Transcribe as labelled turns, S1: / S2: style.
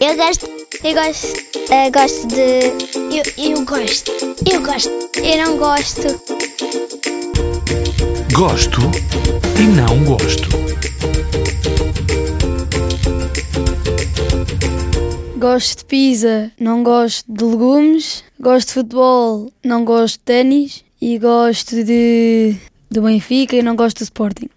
S1: Eu gosto. Eu gosto. Eu gosto de. Eu, eu gosto. Eu gosto. Eu não gosto.
S2: Gosto e não gosto.
S3: Gosto de pizza, não gosto de legumes. Gosto de futebol, não gosto de ténis. E gosto de. do Benfica e não gosto do Sporting.